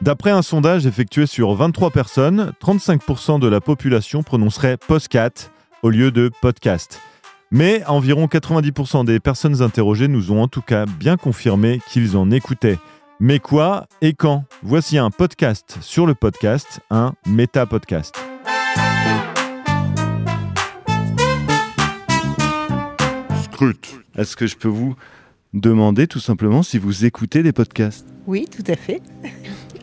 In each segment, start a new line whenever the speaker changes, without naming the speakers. D'après un sondage effectué sur 23 personnes, 35% de la population prononcerait postcat au lieu de podcast. Mais environ 90% des personnes interrogées nous ont en tout cas bien confirmé qu'ils en écoutaient. Mais quoi et quand Voici un podcast sur le podcast, un méta-podcast.
Scrut.
Est-ce que je peux vous demander tout simplement si vous écoutez des podcasts
Oui, tout à fait.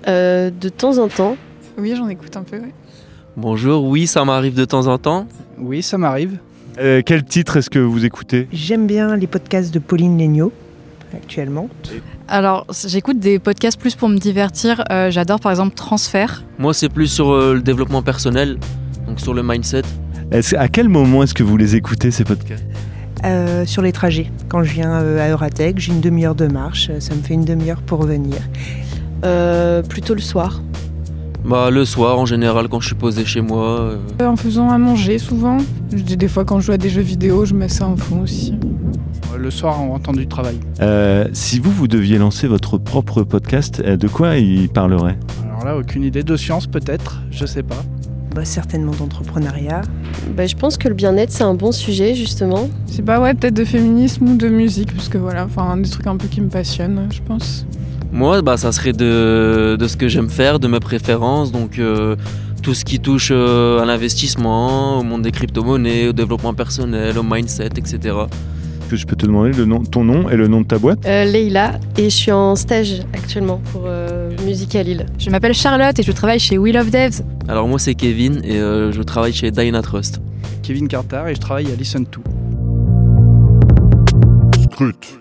Euh, de temps en temps.
Oui, j'en écoute un peu. ouais.
Bonjour, oui, ça m'arrive de temps en temps.
Oui, ça m'arrive.
Euh, Quel titre est-ce que vous écoutez
J'aime bien les podcasts de Pauline Legnaud, actuellement.
Alors, c- j'écoute des podcasts plus pour me divertir. Euh, J'adore par exemple Transfert.
Moi, c'est plus sur euh, le développement personnel, donc sur le mindset.
Est-ce- À quel moment est-ce que vous les écoutez ces podcasts
Euh, sur les trajets. Quand je viens euh, à Euratech, j'ai une demi-heure de marche, euh, ça me fait une demi-heure pour revenir.
Euh, plutôt le soir.
Bah, le soir, en général, quand je suis posé chez moi. euh,
Euh, En faisant à manger souvent. Je dis des fois quand je joue à des jeux vidéo, je mets ça en fond aussi.
Euh, Le soir, en rentrant du travail.
Euh, Si vous, vous deviez lancer votre propre podcast, euh, de quoi il parlerait
Alors là, aucune idée de science, peut-être, je sais pas.
Bah, certainement d'entrepreneuriat.
Bah, je pense que le bien-être, c'est un bon sujet, justement.
Je sais pas, ouais, peut-être de féminisme ou de musique, parce que voilà, enfin, des trucs un peu qui me passionnent, je pense.
Moi, bah, ça serait de, de ce que j'aime faire, de mes préférences, donc euh, tout ce qui touche euh, à l'investissement, au monde des crypto-monnaies, au développement personnel, au mindset, etc.
Est-ce que je peux te demander le nom, ton nom et le nom de ta boîte
Euh, Leïla, et je suis en stage actuellement pour euh, Musique à Lille.
Je m'appelle Charlotte et je travaille chez Wheel of Devs.
Alors, moi, c'est Kevin et euh, je travaille chez Dyna Trust.
Kevin Carter et je travaille à Listen To.
Scrut.